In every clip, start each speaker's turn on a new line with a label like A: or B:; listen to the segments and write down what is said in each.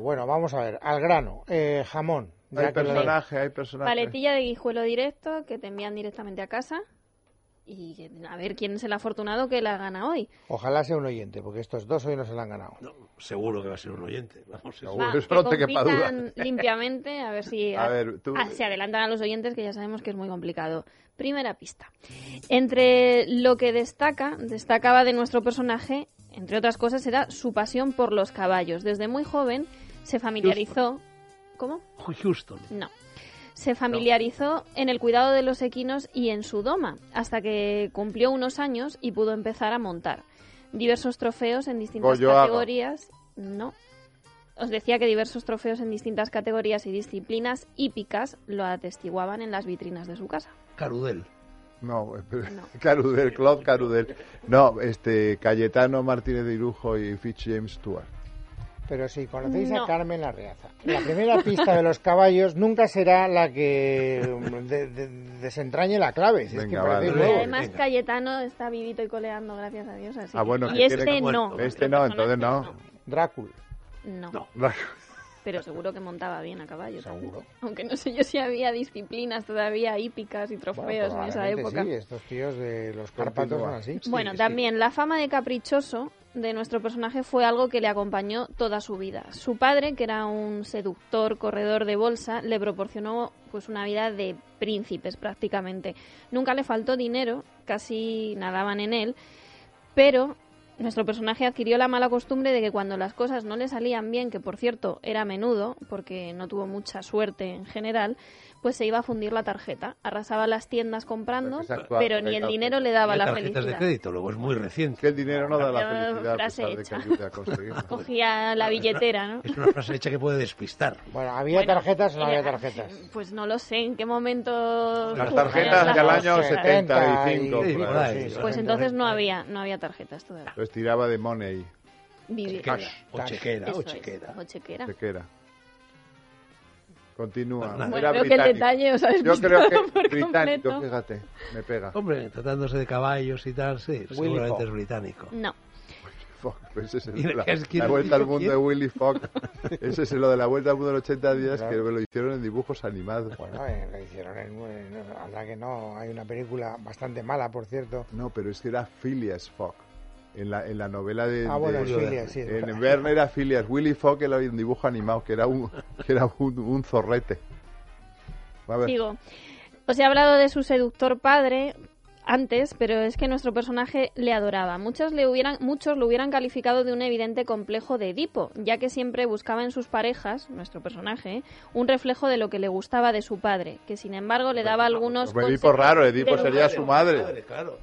A: Bueno, vamos a ver, al grano. Eh, jamón. ya
B: Hay
A: que lo-
B: personaje, hay personaje.
C: Paletilla de guijuelo directo que te envían directamente a casa. Y que- a ver quién es el afortunado que la gana hoy.
A: Ojalá sea un oyente, porque estos dos hoy no se la han ganado.
D: No, seguro que va a ser un oyente. Vamos, eso-
B: Seguro. Uy,
C: Va,
B: eso no
C: que
B: te quepa duda.
C: compitan limpiamente, a ver si
B: A ver, tú-
C: ah, se adelantan a los oyentes, que ya sabemos que es muy complicado. Primera pista. Entre lo que destaca, destacaba de nuestro personaje, entre otras cosas, era su pasión por los caballos. Desde muy joven se familiarizó... ¿Cómo?
D: Houston.
C: No. Se familiarizó en el cuidado de los equinos y en su doma, hasta que cumplió unos años y pudo empezar a montar. Diversos trofeos en distintas
B: Goyoaga.
C: categorías. No. Os decía que diversos trofeos en distintas categorías y disciplinas hípicas lo atestiguaban en las vitrinas de su casa.
D: Carudel.
B: No, pero-
C: No.
B: Carudel, Claude Carudel. No, este, Cayetano Martínez de Irujo y Fitz James Stewart.
A: Pero si conocéis
C: No.
A: a Carmen la Reaza, la primera pista de los caballos nunca será la que um, de- de- desentrañe la clave. si es que
B: Pues Venga,
A: parecéis
D: vale.
C: Y
A: nuevos.
C: además
D: venga.
C: Cayetano está vivito y coleando, gracias a Dios. Así
B: Ah,
C: que-
B: bueno,
C: y
B: que
C: este
B: quiere que-
C: no.
B: Este no, entonces no.
A: Drácula.
C: No,
D: No.
C: pero seguro que montaba bien a caballo. también.
A: Seguro.
C: Aunque no sé yo si había disciplinas todavía hípicas y
A: Bueno,
C: trofeos en esa
A: probablemente
C: época.
A: Sí, estos tíos de los Cárpatos son
B: Continúa.
A: así.
C: Bueno,
D: sí.
C: también la fama de caprichoso de nuestro personaje fue algo que le acompañó toda su vida. Su padre, que era un seductor, corredor de bolsa, le proporcionó pues una vida de príncipes prácticamente. Nunca le faltó dinero, casi nadaban en él, pero nuestro personaje adquirió la mala costumbre de que cuando las cosas no le salían bien, que por cierto era a menudo, porque no tuvo mucha suerte en general, pues se iba a fundir la tarjeta. Arrasaba las tiendas comprando,
D: Pues
B: Porque se actúa
C: pero
B: con
C: ni el
B: el
C: dinero
B: cálculo.
C: le daba
D: Hay
C: la
D: eh, tarjetas de
C: felicidad.
D: crédito, luego es muy
B: Que
D: reciente.
B: el dinero no da la
C: Una
B: felicidad a
C: frase
B: pesar de que
C: hecha.
B: ayude a conseguirla.
C: Cogía la billetera, ¿no?
D: Es una frase hecha que puede despistar.
A: Bueno, ¿había tarjetas o no había
C: Era-
A: tarjetas?
C: Pues no lo sé, ¿en qué momento?
B: Las
C: surgieron
B: tarjetas
C: las
B: del
C: dos?
B: año 75.
A: y-
D: Sí, por ahí.
A: sí,
C: Pues
A: sí.
C: entonces no había, no había tarjetas todavía.
B: Los Pues tiraba de money,
C: Billetera.
D: Cash, o chequera,
C: Eso
D: o
C: es,
D: chequera.
C: o chequera.
B: se queda. Continúa.
D: Bueno,
C: Bueno,
B: Era
C: creo que el
B: británico.
C: detalle os ha
B: Yo creo que
C: despistado por
B: británico,
C: completo.
B: fíjate, me pega.
D: Hombre, tratándose de caballos y tal, sí, seguramente es británico.
C: No,
B: Fogg, pero pues ese es el-
D: Mira,
B: la,
D: que es que
B: la
D: no
B: vuelta al
D: digo
B: mundo
D: quién.
B: de Willy Fogg. Ese es lo de la vuelta al mundo en 80 días
A: Claro.
B: que lo hicieron en dibujos animados.
A: Bueno, eh, lo hicieron en... en- Habrá que no. Hay una película bastante mala, por cierto.
B: No, pero es que era Phileas Fogg. En la, en la novela de.
A: Ah, bueno,
B: de-
A: es Phileas, sí, es
B: En
A: verdad.
B: Werner era Phileas. Willy Fogg era un dibujo animado que era un, que era un, un zorrete. A ver,
C: digo. Os he hablado de su seductor padre antes, pero es que nuestro personaje le adoraba. Muchos, le hubieran, muchos lo hubieran calificado de un evidente complejo de Edipo, ya que siempre buscaba en sus parejas, nuestro personaje, ¿eh? un reflejo de lo que le gustaba de su padre, que sin embargo le daba algunos...
B: Hombre, Edipo
C: consejos
B: raro, Edipo
C: pero-
B: Pues sería su madre.
D: claro.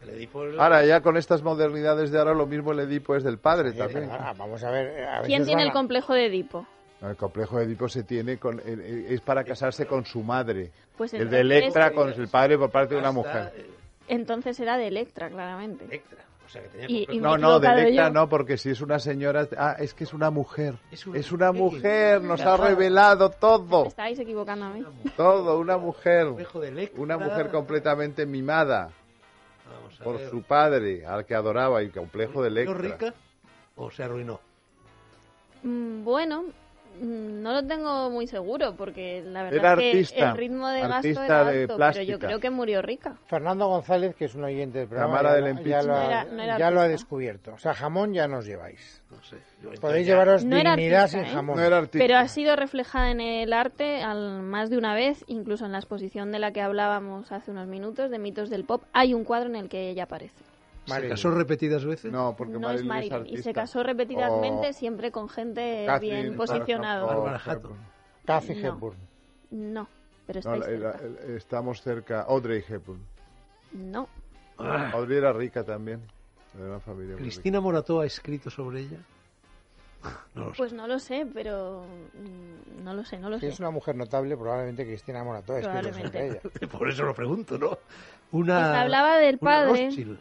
D: El Edipo es-
B: Ahora, ya con estas modernidades de ahora, lo mismo el Edipo es del padre
A: Eh,
B: también.
A: ah, vamos a ver. eh, a
C: ¿Quién
A: veces
C: tiene
A: van
C: el
A: a-
C: complejo de Edipo?
B: No, el complejo de Edipo se tiene con, el- el- es para casarse con su madre.
C: Pues
B: el de
C: entonces-
B: Electra con el padre por parte de una
D: Hasta,
B: mujer.
D: eh,
C: Entonces era de Electra, claramente.
D: Electra. O sea, que tenía
C: Y-
D: complejo.
C: y-
B: No,
C: he
B: no, de
C: equivocado
B: Electra
C: yo.
B: no, porque si es una señora. Ah, es que es una mujer. Es
D: Es
B: una,
D: una
B: mujer,
D: mujer.
B: nos ha revelado
C: Me
B: todo.
C: estáis equivocando a mí.
B: Todo, una mujer.
D: Complejo de Electra.
B: Una mujer completamente mimada
D: Vamos a
B: por
D: ver.
B: su padre, al que adoraba, y complejo de
D: ¿Murió
B: Electra.
D: rica o se arruinó?
C: Mm, Bueno, mm, no lo tengo muy seguro porque la verdad
B: Era
C: es que
B: artista,
C: el ritmo de gasto
B: artista
C: era
B: de
C: alto, pero
B: plástica.
C: yo creo que murió rica.
A: Fernando González, que es un oyente del programa,
B: Tamara
A: ya,
B: del
A: lo- ya,
B: Empich.
A: lo ha,
C: No era- no era
A: ya lo ha
C: artista.
A: descubierto. O sea, jamón ya nos lleváis.
D: No sé. Yo
A: Podéis
D: ya-
A: llevaros
C: No era
A: dignidad
C: artista,
A: sin
C: ¿eh?
A: jamón.
B: No era artista.
C: Pero ha sido reflejada en el arte al más de una vez, incluso en la exposición de la que hablábamos hace unos minutos de mitos del pop, hay un cuadro en el que ella aparece.
D: ¿Se
A: Marilyn.
D: casó repetidas veces?
B: No, porque
C: no es
B: Marilyn es
C: Marilyn
B: artista.
C: y se casó repetidamente
B: O
C: siempre con gente
B: Catherine Oh,
C: bien
B: Parham,
C: posicionada.
B: o-
D: Bárbara Hatton.
A: Cathy
C: No.
A: Hepburn.
C: No, pero
B: No,
C: estáis
B: la- la-
C: cerca.
B: estamos cerca. Audrey Hepburn.
C: No,
D: Ah,
B: Audrey era rica también. De una familia muy rica.
D: ¿Cristina Morató ha escrito sobre ella? No lo sé.
C: pues no lo sé, pero mm, no lo sé, no lo
A: Si
C: sé.
A: es una mujer notable, probablemente Cristina Morató es que sobre ella.
C: Probablemente.
D: Por eso lo pregunto, ¿no? Una,
C: Pues hablaba del
D: una
C: padre,
D: Rothschild,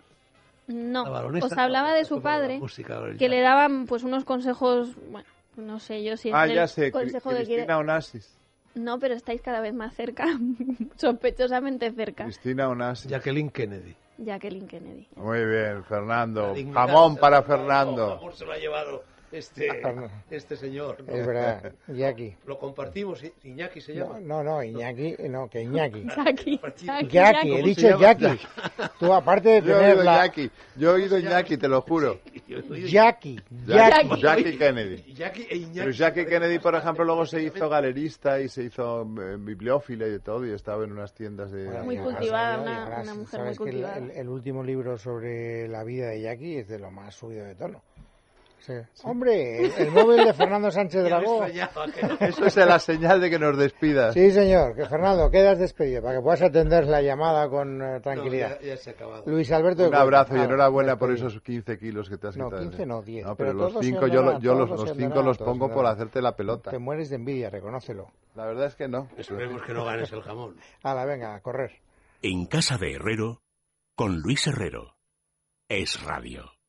C: No,
D: la baronesa,
C: os hablaba
D: no,
C: de
D: está
C: su
D: tocando la
C: padre,
D: música ahora
C: que
D: ya.
C: le daban pues unos consejos, bueno, no sé yo si es
B: Ah,
C: el
B: ya sé. Cri-
C: consejo que quiere...
B: Cristina Onassis.
C: No, pero estáis cada vez más cerca, sospechosamente cerca,
B: Cristina Onassis.
D: Jacqueline Kennedy.
C: Jacqueline Kennedy.
B: Muy bien, Fernando.
D: La dignidad
B: Jamón
D: se
B: para
D: la ha llevado,
E: Oh,
B: Fernando. Ah,
D: jamón se lo ha llevado.
E: este,
A: Perdón.
E: este señor. ¿no?
A: Es verdad, Iñaki.
E: Lo compartimos, I- Iñaki se llama.
A: No, no, no, Iñaki, no, que Iñaki.
C: Iñaki, Iñaki,
A: Iñaki, he
C: Iñaki.
B: ¿Cómo se
A: dicho
B: llama?
A: Iñaki. Tú, aparte de
B: Yo he oído
A: tener la...
B: Jackie, yo he oído Jackie, te lo juro.
E: Yo digo,
A: Jackie, Jackie.
B: Jackie, Jackie Kennedy.
E: Jackie e Iñaki.
B: Pero Jackie Kennedy, por ejemplo, luego se hizo galerista y se hizo eh, bibliófila y de todo, y estaba en unas tiendas de...
C: Muy
A: Además,
C: cultivada,
A: oye,
C: una-
A: además,
C: una mujer
A: sabes
C: muy
A: que el- El,
C: cultivada.
A: el último libro sobre la vida de Jackie es de lo más subido de tono. O sea, Hombre, el, el móvil de Fernando Sánchez
E: Ya me
A: Dragó.
E: extrañaba que-
B: Eso es la señal de que nos despidas.
A: Sí, señor, que Fernando, quedas despedido para que puedas atender la llamada con eh, tranquilidad.
E: No, ya, ya se ha acabado.
A: Luis Alberto de
B: Un
A: Cuenca,
B: abrazo y
A: nada,
B: enhorabuena por
A: despedido.
B: esos 15 kilos que te has
A: No,
B: quitado.
A: 15 no, 10,
B: No, pero,
A: pero
B: los
A: todos
B: 5
A: se
B: yo, lo-
A: andarán,
B: yo los,
A: todos
B: los
A: se
B: 5
A: andarán,
B: los
A: todos se
B: pongo por
A: andarán.
B: hacerte la pelota.
A: Te mueres de envidia, reconócelo.
B: La verdad es que no.
E: Esperemos que no ganes el jamón.
A: Hala, venga, a correr.
F: En casa de Herrero, con Luis Herrero. Es Radio.